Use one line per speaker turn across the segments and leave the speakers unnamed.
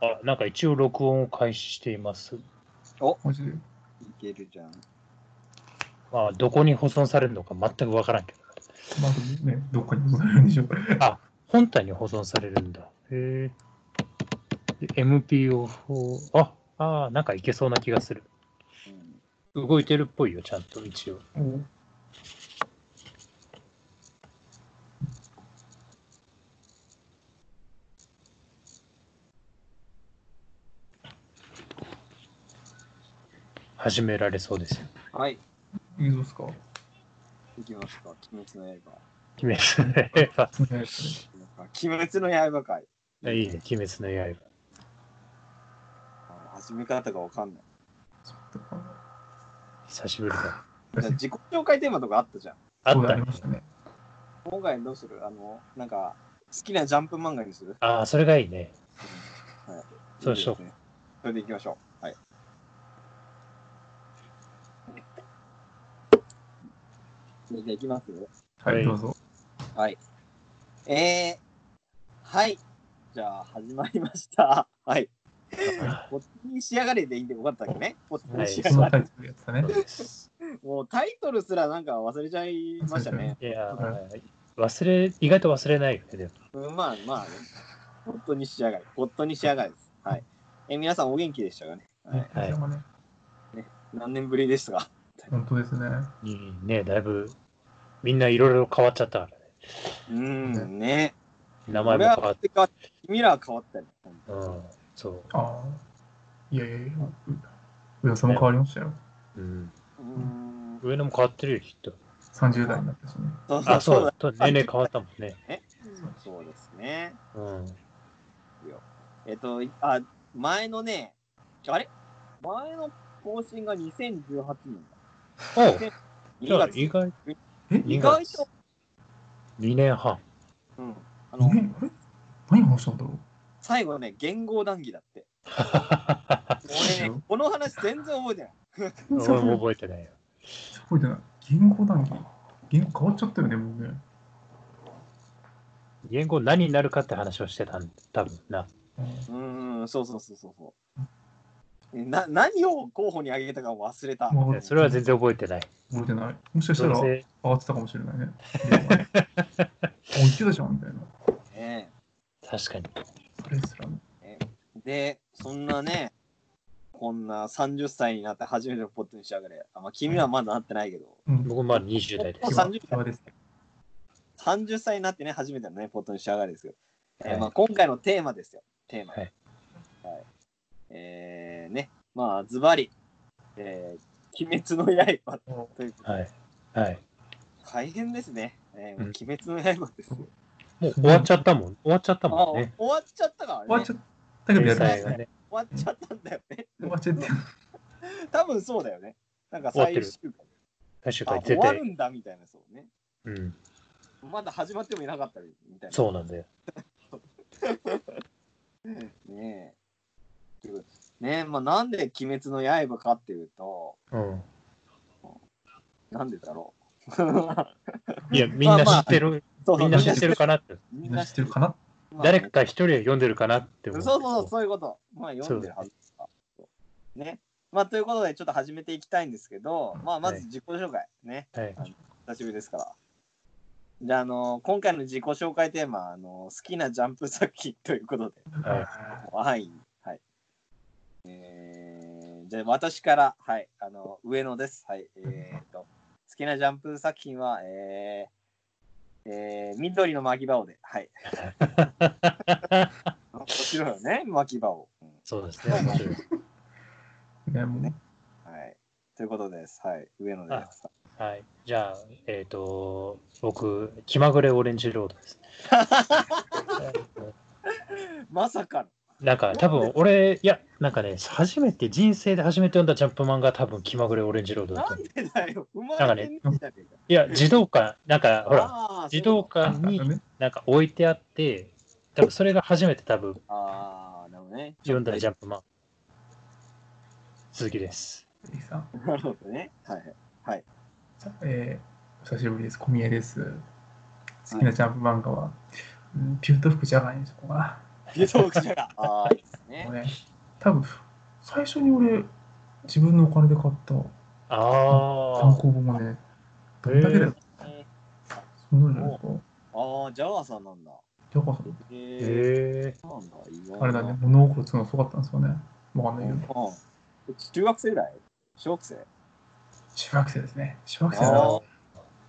あ、なんか一応録音を開始しています。
マジで。
いけるじゃん。
まあ、どこに保存されるのか全くわからんけど。
まずね、どっかに戻るんでしょう。
本体に保存されるんだ。へえ。で MPO4、あ、あーなんかいけそうな気がする。
うん
動いてるっぽいよ、ちゃんと一応。
お
始められそうですよ。
はい、
いいぞっすか。
いきますか。鬼滅の刃。
鬼滅の 刃。
お願いし
鬼滅の刃会。
いいね、鬼滅の刃。
あ始め方がわか んない。
ます
久しぶりだ。
じゃあ自己紹介テーマとかあったじゃん。
あ
そ
っ
う
た
や
ね
りま。したね。
今回どうするあの、なんか、好きなジャンプ漫画にする
ああ、それがいいね。そうしよう
う。いいですねそれでいきましょう。はい。それでいきます
はい、
はい
どうぞ。
はい。えー、はい。じゃあ、始まりました。 はい。
あ
ポッチに仕上がれでいいんでよかったっけね。ポッチに仕
は
上
い
そ
が
そ
れ。
のタイトルやってたね
う。です
もうタイトルすらなんか忘れちゃいましたね。
いやー、忘れ、意外と忘れないよね、でも。
うん、まあまあ、ね、ホットに仕上がり。ホットに仕上がりです。はい。え、皆さんお元気でしたかね。はい。
はい、こちらもね
何年ぶりですが。
本当ですね。
いいね、だいぶ、みんないろいろ変わっちゃったからね。
うーん、ね。
名前
俺
も
は
変
変
わ
わ
っ
って変わっ君らは変わったね。
うん、そ
ああ。いやいやいや。上田さんも変わりましたよ。
う。うん。
うーん。
上野も変わってるよ、きっと。
30代になったしね。
そうそう
あ、そ
そうう
だ
だ。。
と年齢変わったもんね。
そうですね。
うん。
えっと、いあ、前のね、あれ前の更新が2018年
お
だ。
じゃあ意
2月。
外、
え
意
意
外
外
と、
2年半。
うん。あの、
ねあれ何話したんだろう
最後ね、言語談義だって。俺ね、この話全然覚えてない。
全然
俺も
覚
覚えてないよ。
えてない。銀行談義。銀行変わっちゃったよね、もうね。
言語何になるかって話をしてたんだ、多分な。
うん
うーん、そうそうそうそうそう。えな何を候補に挙げたか忘れた。
もう
いやそれは全然覚えてない。
覚えてない。もしかした
どう
ら。
せ、
変わってたかもしれないね。 もう言ってたじゃんみたいな。
ね
確かに。
それすらも。
で、そんなね、こんな30歳になって初めてのポットに仕上がれ。あまあ、君はまだなってないけど、
うん、
僕まだ20代で
もう
す。
30
際ですけ
30歳になってね、初めてのね、ポットに仕上がれですよ。えー
はい
まあ、今回のテーマですよ、テーマ。
はい
はいえー、ね、まあ、ズバリ、えー、鬼滅の刃
ど。
ということで、
はい。はい。
大変ですね。えー
うん
鬼滅の刃です。
もう終わっちゃったもん。終わっちゃった
あ
もんね
終。わっちゃったからね。
終わっちゃ
っ
ったけどや
連
る。
載
終
がね。
終わっちゃったんだよね。
わっちゃって。
多分そうだよね。なんか
終わって
最
る
終回。
最終
あ
回
終
出
わ
て
る。んだみたいな、そうね。
うん。
まだ始まってもいなかったりみたいな。
そうなんだよ。
ねえ。ということですねえ、まあなんで鬼滅の刃かっていうと、
うん。
なんでだろ う。
いや、みんな知ってる。
そう
みんな知ってるかなって。
み
み
ん
んな
な
知
知
っ
ってて
る
る。
かな
まあ
誰か一人は読んでるかなって思
そう
う。
そうそう、そういうこと。まあ読んでるはずだ。ね。まあということで、ちょっと始めていきたいんですけど、まあまず自己紹介ね。
はい。
久しぶりですから。じゃあ、あの今回の自己紹介テーマは、あの好きなジャンプ作品ということで、
は
はい。はい。えー、じゃあ、私から、はい、あの、上野です。はい。えー、と、好きなジャンプ作品は、えー、えー、緑の巻き場をで、 はい。面白いよね、巻き場を。うん
そうですね。面白い。
ね、も
はい。ということです。はい。上野です。
はい。じゃあ、えっ、と、僕、気まぐれオレンジロードです。
まさかの。
なんか、多分俺、いや、なんかね、初めて、人生で初めて読んだジャンプ漫画は多分気まぐれオレンジロードだと
な
思
ん
う。
でだよ。生まれてねえじゃねえか。
いや、児童館、なんか、ほら、
あー
児童。館
う、
に
ね、
なんか置いてあって、多分それが初めて多分
ああ、なるほどね。
読んだジャンプ漫画。鈴木です。
いいさ。
なるほどね。はい。
えー、お久しぶりです。小宮です。好きなジャンプ漫画は、うん、ピュート服じゃないんです、ここが。
ビトークじゃが。ああ、いいですね
もう。ね多分最初に俺自分のお金で買った
あ
単行本が
あ。
ねどれだけだよ
え
そんなんじゃないですか
ー、ああ、ジャガーさんなんだ。
ジャガーさん
え
えー、
え
そうなんだ。意外
あれだね物心つくのすごかったんですよねわかんないけど
うん。中学生ぐらい小学生
中学生ですね中
あ
学生だな
ーそ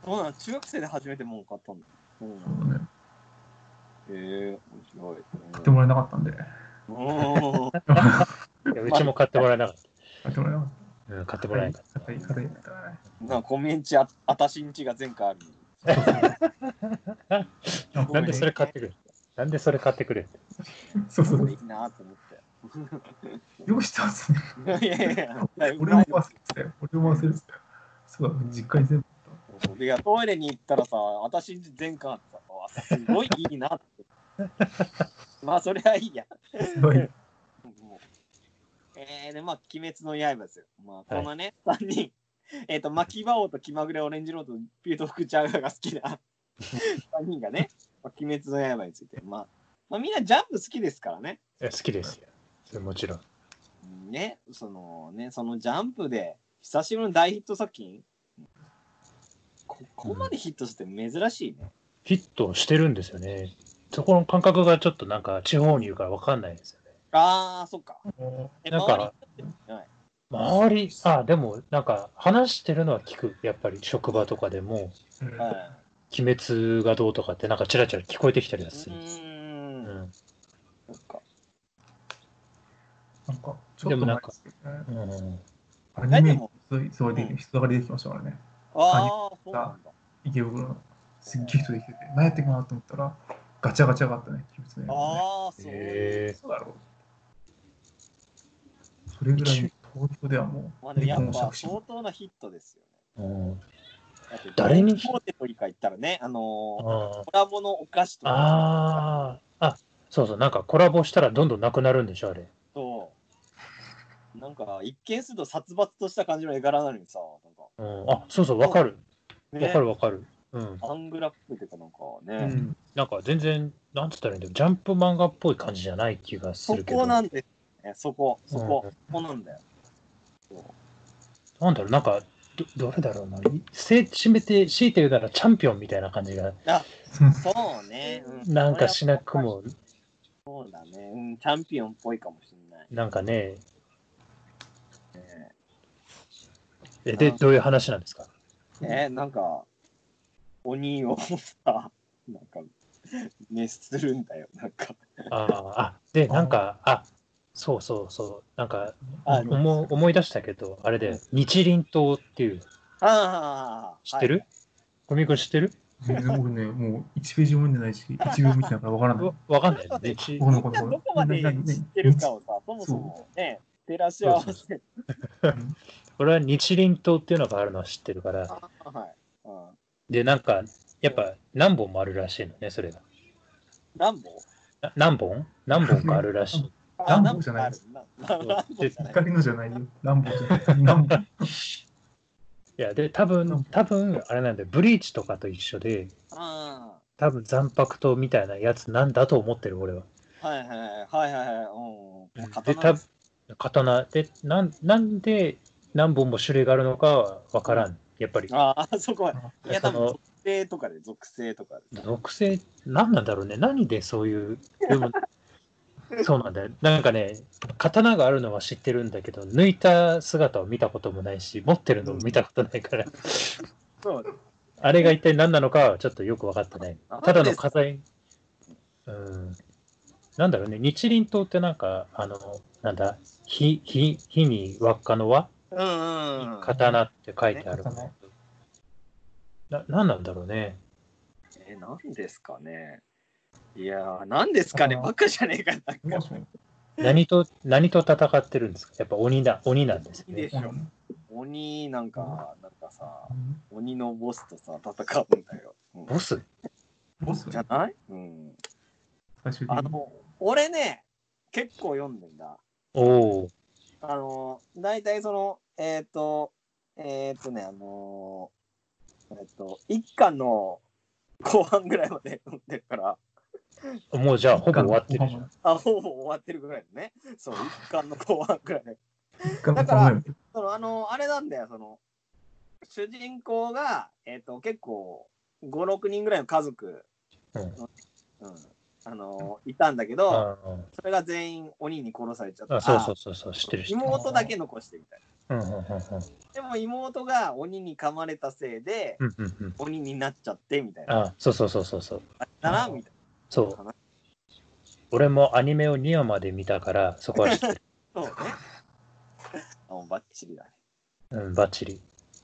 うなの中学生で初めてもう買ったんだ。そうなんだ
そうだね
へえー、面
買って
白い。
もらえなかったんで
うん
いやうちも買ってもらえなかっ。
買ってもらえなかった。
うん、買ってもらえなかったた。
やっぱり軽いだね
なんかコミンチあ、あたしんちが前回ある
やっぱ
なん
り
で
ね
それ買ってくるなんでそれ買ってくるって。
そうそ
の
う
これ
そ
いういなと思って。
よく知ってますね。
いやいやいや、だいぶ
俺も
前
忘れてたよ。俺も忘れてたよ。そうだ、実家に全部。
いや、トイレに行ったらさ、私前回あったさわ、すごいいいなって。まあ、それはいいや。
すごい。はい。
もうえー、で、まあ、鬼滅の刃ですよ。まあ、このね、三3人。えっ、と、巻き場王と気まぐれオレンジロード、ピュート・フクチャーガーが好 きな3人がね、まあ、鬼滅の刃について。まあ、まあ、みんなジャンプ好きですからね。
え好きですよ。それもちろん。
ね、そのね、そのジャンプで、久しぶりの大ヒット作品、ここまでヒットして珍しいね。
ヒットしてるんですよね。そこの感覚がちょっとなんか地方にいるから分かんないですよね。
ああ、そっか。え
なん
周り
か周り、あ、でもなんか話してるのは聞く。やっぱり職場とかでも、
は。
鬼滅がどうとかってなんかチラチラ聞こえてきたりはい
う
するんです。う
ーん。
ん。
そっか。
なんか、ちょっと前ですけどね。
うん、
アニメに人人が出て人が出てきましたからね。
ああ、そうなんだ。
池袋の。すっげえ人できてて。何やってるかなと思ったら、ガチャガチャがあったね。鬼滅の刃ね
ああ、そう。
え
そうだろう。それぐらいに東京ではも
まあ
う、
でもやっぱ
作詞
相当なヒットです
ー
よ
うん、
ね。だって
誰に
コーテとか言ったらね、あのー
あ
コラボのお菓子とか。
あー、あ、そうそう、なんかコラボしたらどんどんなくなるんでしょ、あれ。
そうなんか一見すると殺伐とした感じの絵柄なのにさ、なんか。
うん、あ、そうそう、わかる。
ね
わかるわかる。うん。
アングラっぽいというかなんか
う
ね、
ん、なんか全然、なんつったらいいんだろう、ジャンプ漫画っぽい感じじゃない気がす
そ
るけど。
こなんですね、そこ、そこ、
うん
そこなんだよ。
なんだろう、なんか、どどれだろうな。いせ締めて、強いて言うならチャンピオンみたいな感じが、
そうね、う
なんかしなく。も、
そうだね、うん、チャンピオンっぽいかもしれない。
なんかね、
ね
えで、
あー
どういう話なんですか
えーなんか、鬼をさ、なんか、熱するんだよ、なんか。
あーあ、で、なんか、あ、そうそうそう、なんか、
あ
うん
思う思い出したけど、あれ
う
で
ん、
日輪刀っていう、
ああ、
知ってるゴミ君知ってる
全然僕ね、もう1ページも読んでないし、1秒見てないからわからない。
わわかんないよね。日
僕の
はい
こ
みんなど
と
こまで知ってるかをさ、そもそもね、照らし合わせて。
俺は日輪刀っていうのがあるのは知ってるから、
あーはい。うん
で、なんか、やっぱ何本もあるらしいのね、それが。
何本
な何本何本かあるら しい。
あ
何本じゃないです
何本あるな何本
で
じゃない
光のじゃないよ。ランボじゃない。ランボ。
いや、で、多分、多分、あれなんだよ、ブリーチとかと一緒で、
あ
多分、残白刀みたいなやつなんだと思ってる、俺は。
あ、はいはいはいはいはい、うんうん。
で、多
刀で
分
す、
刀。で、なんなんで何本も種類があるのかは分からん。やっぱり、
ああ、そこは。いや、
そ
多
の
分、属性とかで、属性とかで。
属性、何なんだろうね。何でそういう。でもそうなんだよ。なんかね、刀があるのは知ってるんだけど、抜いた姿を見たこともないし、持ってるのも見たことないから、
そう。
あれが一体何なのかはちょっとよく分かってない。
なんで
ただの火災。うん。なんだろうね、日輪刀ってなんか、あの、なんだ、火、火、火に輪っかの輪
うんうんうん。
刀って書いてある
ね刀。
な、何なんだろうね。
え、なんですかね。いやー、なんですかね。
あー
バカじゃねえかな。
いますね。
何と、何と戦ってるんですかやっぱ鬼だ、鬼なんです
いいで
ね
す。鬼なんか、なんかさ、
うん
鬼のボスとさ、戦うんだよ。うん
ボス
ボス
じゃないうん。
最終的
あ
に。
の、俺ね、結構読んでんだ。
おお。
あのー、大体その、えっ、と、えっ、とね、あのーえっ、と、一巻の後半ぐらいまで読んでるから、
もうじゃあほぼ終わってるじゃん。
一
あ、ほぼ終わってるぐらいのね。そう、一巻の後半ぐらいの。
巻
だ
の
か
後
ら
半
そのあの、あれなんだよ、その、主人公が、えっ、と、結構、5、6人ぐらいの家族、
うん
うんあの、いたんだけど、
あー
それが全員鬼に殺されちゃった。
あ、そうそうそうそう、知ってる人。
妹だけ残してみたい
うんうんうんうん
な。でも妹が鬼に噛まれたせいで、
うんうんうん。
鬼になっちゃってみたいな。
あ、そうそうそうそうそう。
だな、みたい
そう。俺もアニメを2話まで見たから、そこは知って る。
な。そうね。あもうバッチリだね。
うん、バッチリ。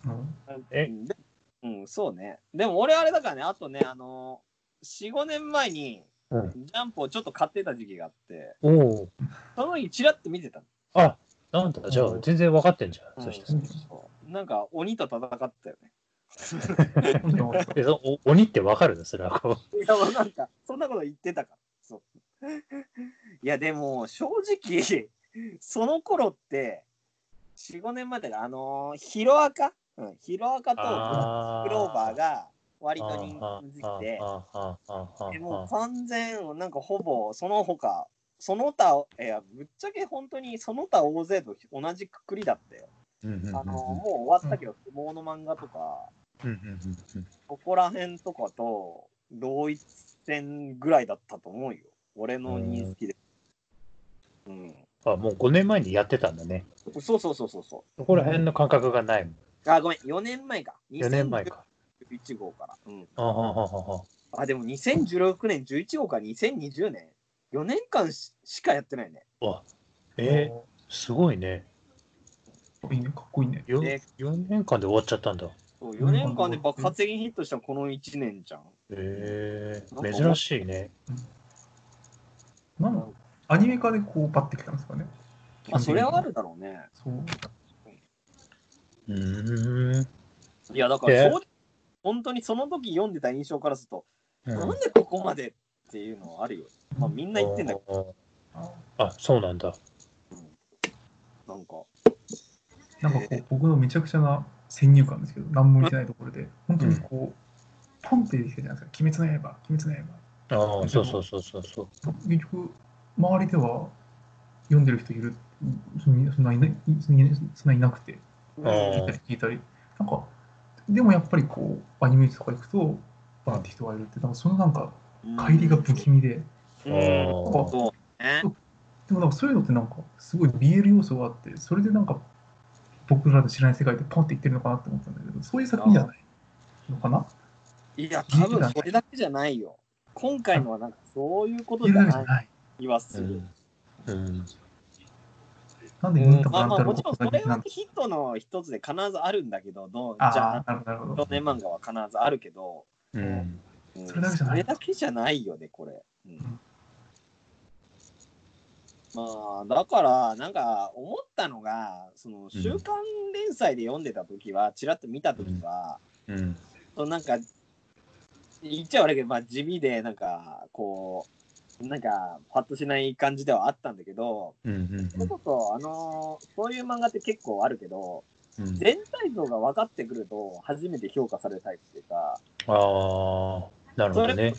うん
え
うんでうん、そうね。でも俺あれだからね、あとね、あの4、5年前に、
うん
ジャンプをちょっと買ってた時期があって、
おお。
その一らって見てたの。
あ、なんだ、じゃあ全然分かってんじゃん。
う
そ
ん
した
う
ら
ん
そうなんか鬼と戦ったよね。
えそお鬼って分かるのそれはこ
いや、もうなんか、そんなこと言ってたから。そう。いや、でも、正直、その頃って、4、5年前だから、あのーヒロアカ、うん、ヒロアカ
う。
とグローバ
が
ーが割と人気の時期で、
あーあーあーあーあーあー
でもう完全、なんかほぼその他、その他、いや、ぶっちゃけ本当にその他大勢と同じくくりだったよ。
うんうんうんう
あ
ん
のーもう終わったけど、相撲の漫画とか、
うんうんうんうん
ここら辺とかと同一線ぐらいだったと思うよ。俺の認識で。うん。
あ、もう5年前にやってたんだね。
そうそうそうそうそ
そこら辺の感覚がないもん。
う。あ、ごめん、4年前か。
4年前。か。
1号から。うん。
あーはーはーは
あ、でも2016年11号から2020年。4年間ししかやってないね。
ーはーあえー、すごいね。
ーいいね、かっこいいね。
よ
え
4年間で終わっちゃったんだ。
そう4年間で爆発的にヒットしたのこの1年じゃん。
え
なん
ー、
かも
珍
う
しいね。
なんだろうアニメ化でこう、パッてきたんですかね。
まあ、それはあるだろうね。
そう。
うーん。
いや、だから、
え
そう本当にその時読んでた印象からすると、
うん
なんでここまでっていうのはあるよ。まあ、みんな言ってんだけど。
あ
あ、そうなんだ。
なんか、
なんかこう、僕のめちゃくちゃな先入観ですけど、何も見てないところで、本当にこう、ポンって出てきたじゃないですか。鬼滅の刃、鬼滅の刃。
ああ、そうそうそうそうそう。
結局、周りでは読んでる人いる、そんなそんないないそんなそんないなくて、
あ
聞い
ー
たり聞いたり、なんか、でもやっぱりこう、アニメとか行くと、バーンって人がいるって、なんかそのなんか、帰りが不気味で、
あー
うん。
なんか、
そうね。
でもなんかそういうのってなんか、すごい BL 要素があって、それでなんか、僕らの知らない世界でポンっていってるのかなって思ったんだけど、そういう作品じゃないのかない
や、多分それだけじゃないよ。今回のはなんかそういうことじゃ
BL じ
な
ゃ
い
ない。
気は
う
する。
ん。うん。
なんで見た
まあま
か
あ
なったら
もちろんそれ
な
はヒットの一つで必ずあるんだけど、どうじゃ
あ
あ、
あ、なるほどなるほ
少
ど。
年漫画は必ずあるけど、
うん。
うん
それだけじゃない
それだけじゃないよね、これ。うん
ん
まあ、だから、なんか思ったのが、その週刊連載で読んでた時は、ちらっと見た時は、
うん。
そうなんか言っちゃ悪いけど、まあ、地味でなんかこうなんかパッとしない感じではあったんだけど
うん。うん
それこそ、あのーそういう漫画って結構あるけど
うん。
全体像が分かってくると初めて評価されるタイプっていうか
ああ、なるほどね。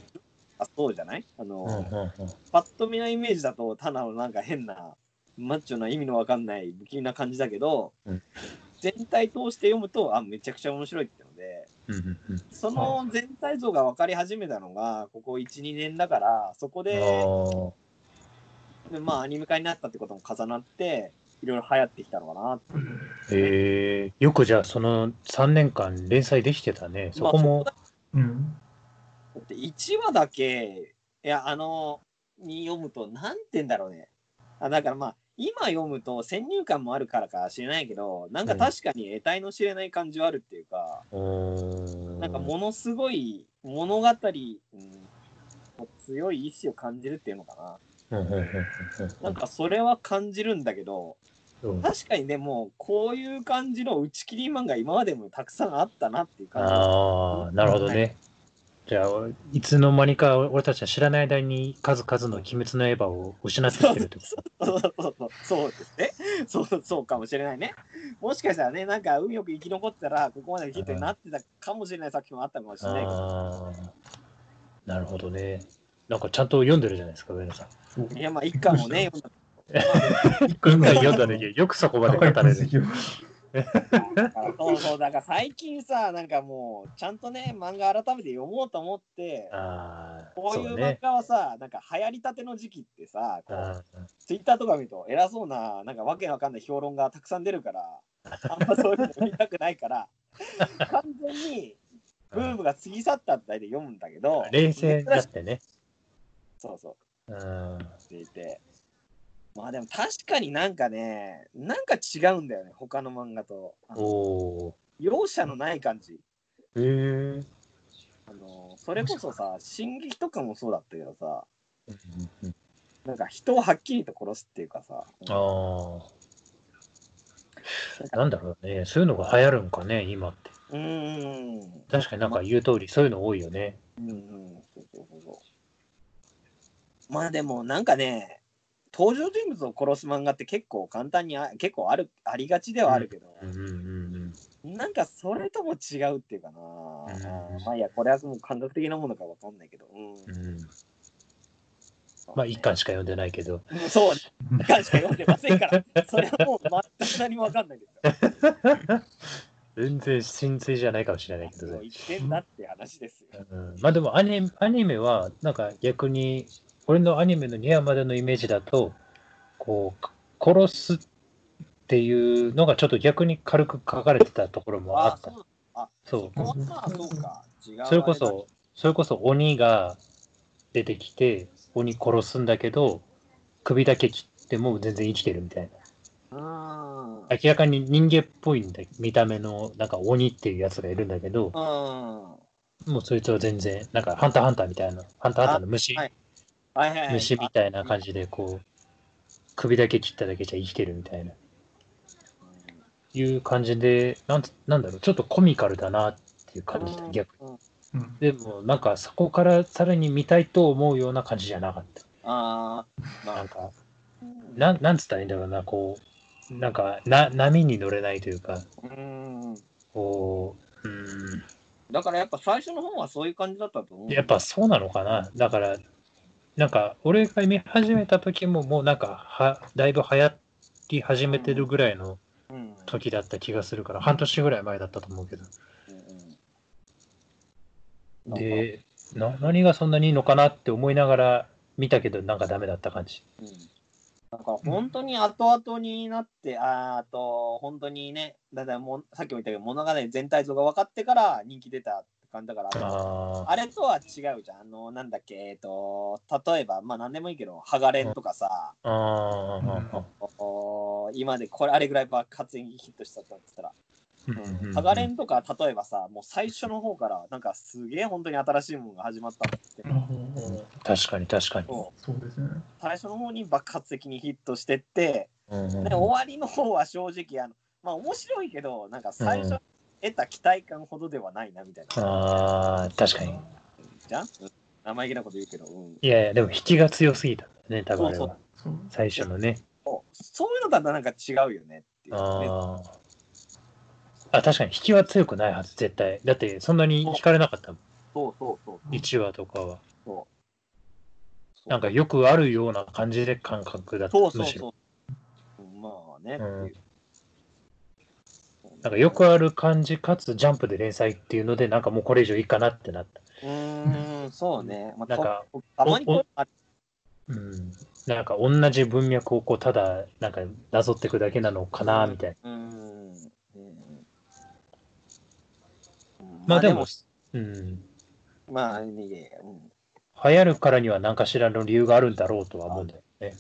あそうじゃないあ
う
の
んう
ー、
んうん。
パッと見のイメージだとただのなんか変なマッチョな意味の分かんない不気味な感じだけど、
うん
全体通して読むとあめちゃくちゃ面白いってので。
うんうんうん。
その全体像が分かり始めたのが、ここ1、2年だから、そこ
あ
で、
ー
でまあ、アニメ化になったってことも重なって、いろいろ流行ってきたのかな。
えー、よくじゃあその3年間連載できてたね。そこも
ま。
うん。
だって1話だけ、いや、あの、に読むと、なんて言うんだろうね。あだからまあ、今読むと先入観もあるからか知れないけど、なんか確かに得体の知れない感じはあるっていうか、
な
なんかものすごい物語、うん、強い意志を感じるっていうのかな。
うんうんうん
なんかそれは感じるんだけど、
うんうん。
確かにでもこういう感じの打ち切り漫画今までもたくさんあったなっていう感じ
ああ、なるほどね。じゃあ、いつの間にか俺たちは知らない間に数々の鬼滅の刃を失ってきてるってこ
そうそうそうそうですねそうそうかもしれないねもしかしたらねなんか運よく生き残ってたらここまでのヒットになってたかもしれない作品もあったかもし
と。
れないけど
ああ、なるほどね。なんかちゃんと読んでるじゃないですか、上野さん。
そう
いや、まあ、一巻をね、読んだ
一回 読んだのによくそこまで語
高
れ
い分
る。
析を。
そうそう、だから最近さ、なんかもう、ちゃんとね、漫画改めて読もうと思って、
ああ、
こう
そ
いうう漫
ね。
画はさ、なんか流行りたての時期ってさ、こう
あ
ツイッターとか見ると偉そうな、なんかわけのわかんない評論がたくさん出るから、あんまそういうの見たくない から、完全にブー
ー
ムが過ぎ去ったってで読むんだけど、
冷静だ
珍
っ
しく
てね。
そうそう、
うん。
していて。まあでも確かになんかね、なんか違うんだよね、他の漫画と。あの
おー。
容赦のない感じ。
へえ。
あのそれこそさ、進撃とかもそうだったけどさ、なんか人をはっきりと殺すっていうかさ、
ああ。なんだろうね。そういうのが流行るんかね、今って。
うーん、うん
確かになんか言う通り、そういうの多いよね。
うん、そうそうそうそう。まあでもなんかね、登場人物を殺す漫画って結構簡単にあ、結構ある、ありがちではあるけど、
うんうんうん
なんかそれとも違うっていうかな、
ん
まあいいや、これはもう感覚的なものかわかんないけど、う
うん。
ん。
うん、まあ、一巻しか読んでないけど。
うんそう、一巻しか読んでませんから、それはもう全く何もわかんないですよ。
全然浸水じゃないかもしれないけど
もう
ね。
言ってんだって話ですよ。
うん、まあでもアニメ、アニメは、なんか逆に、俺のアニメの2話までのイメージだと、こう、殺すっていうのがちょっと逆に軽く書かれてたところもあ
あ
っ
そ
た
う。
そう。
ここはさそうか、違う。
それこそ、それこそ鬼が出てきて、鬼殺すんだけど、首だけ切っても全然生きてるみたいな。
うん。うん。
明らかに人間っぽいんだ見た目の、なんか鬼っていうやつがいるんだけど、
は
もうそいつは全然、なんかハンターハンターみたいな、ハンターハンターの虫、
あはいいはい。
虫みたいな感じで、こう、首だけ切っただけじゃ生きてるみたいな、いう感じで、なんつなんだろう、ちょっとコミカルだなっていう感じ
う
で、
ん
逆に。
うん
うん
でも、なんかそこからさらに見たいと思うような感じじゃなかった。
ああ、ま
な
あ
ん、か、なんなんつったらいいんだろうな、こう、なんかな波に乗れないというか、
うん。
こう、う
だからやっぱ最初の方はそういう感じだったと思
ん、
う。
やっぱそうなのかな。だから、なんか、俺が見始めた時も、もうなんかは、だいぶ流行り始めてるぐらいの
うん、うん
時だった気がするから、半年ぐらい前だったと思うけど。
うん。
で、な何がそんなにいいのかなって思いながら見たけど、なんかダメだった感じ。
うん、だから本当に後々になって、あーあと、本当にね、だからもうさっきも言ったけど、物語全体像が分かってから人気出たって感じだから、
ああ、
あれとは違うじゃん。あの、なんだっけ、えっと、例えば、まあ何でもいいけど、ハガレンとかさ、
ああー、
おー今でこれあれぐらい爆発的にヒットしたって言ったら、
うん
ハガレンとか例えばさ、もう最初の方から、なんかすげえ本当に新しいものが始まったって
なるほど
確かに確かに。
そう
そうですね。
最初の方に爆発的にヒットしてって、
うんうんうん
で終わりの方は正直、あのまあ面白いけど、なんか最初得た期待感ほどではないなみたいな。
ああ、確かに。
じゃん、うん生意気なこと言うけど、うん
いやいや、でも引きが強すぎたんだね、多分あれ
そ
は
う。
そう。
最初のね。
そうそういうのだったらなんか違うよねっていうね。
あーあ。確かに引きは強くないはず、絶対。だって、そんなに引かれなかったも
そうそうそう。
ん。1話とかは。
そう
なんかよくあるような感じで感覚だった。
そうそう
むしろ
そう。まあね。
うん
っていう
なんかよくある感じ、かつジャンプで連載っていうので、なんかもうこれ以上いいかなってなった。
うーん、そうね。まあ、
なんか
とたまにこういうのある
うん。なんか同じ文脈をこう、ただ、なんかなぞっていくだけなのかな、みたいな。
うーん。ね
まあでも、、うん。
まあ、いえいえ、うん、
流行るからには何かしらの理由があるんだろうとは思うんだよね。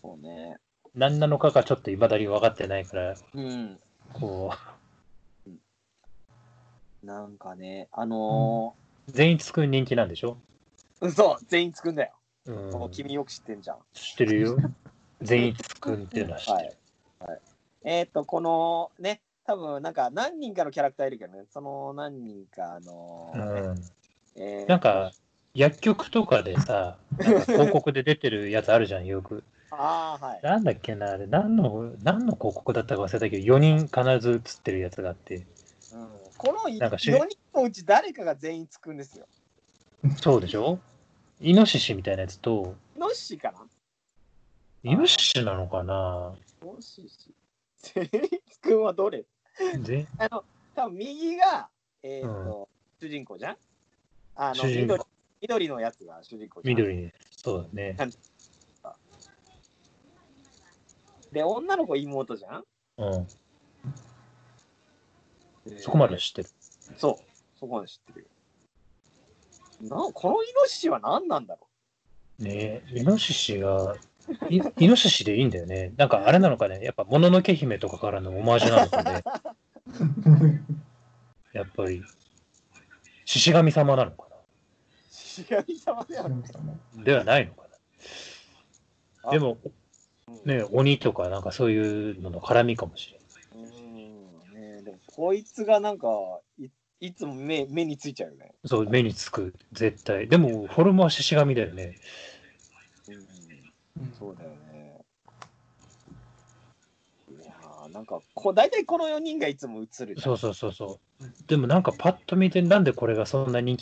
そうね。
何なのかがちょっといまだに分かってないから、
うん。
こ
なんかね、あの
う、全員つく人気なんでしょ
ー、嘘、全員つくんだよ。
うん。
もう君よく知ってんじゃん。
知ってる よ。全員つくんっていうのは知ってる。
えっ、と、このね、多分なんか何人かのキャラクターいるけどね、その何人かの、
うん、
えー
なんか、薬局とかでさ、なんか広告で出てるやつあるじゃん、よく。
ああ、はい。
なんだっけな、あれ、何の、何の広告だったか忘れたけど、4人必ず映ってるやつがあって、
うんこの
なん
4
かし
人のうち誰かが全員つくんですよ。
そうでしょイノシシみたいなやつと、
イノシシかな
イノシシなのかな
イノシシ。セリス君はどれ
で
あの、多分右が、えっ、と、主人公じゃんあの
主人公
緑、緑のやつが主人公じゃん。
緑ね。そうだね。
で、女の子妹じゃん
うん。そこまでは知ってる。
そう、そこまで知ってるよ。なこのイノシシは何なんだろ
ねイノシシが、いイノシシでいいんだよね。なんかあれなのかね、やっぱもののけ姫とかからのオマージュなのか ね、やっぱり、獅子神様なのか
う死神様である。
なではないのかな
あ
で、も、
うん
ね、鬼とかなんかそういうのの絡みかもしれない。
うんねえでもこいつがなんかいいつも目目についちゃうよね。
そう、目につく、絶対。でも、フォルムは獅子神だよね。
うん、そうだよね。いやーなんかこう大体この4人がいつも映るじゃん
そうそうそうそう。でもなんかパッと見て、なんでこれがそんな人気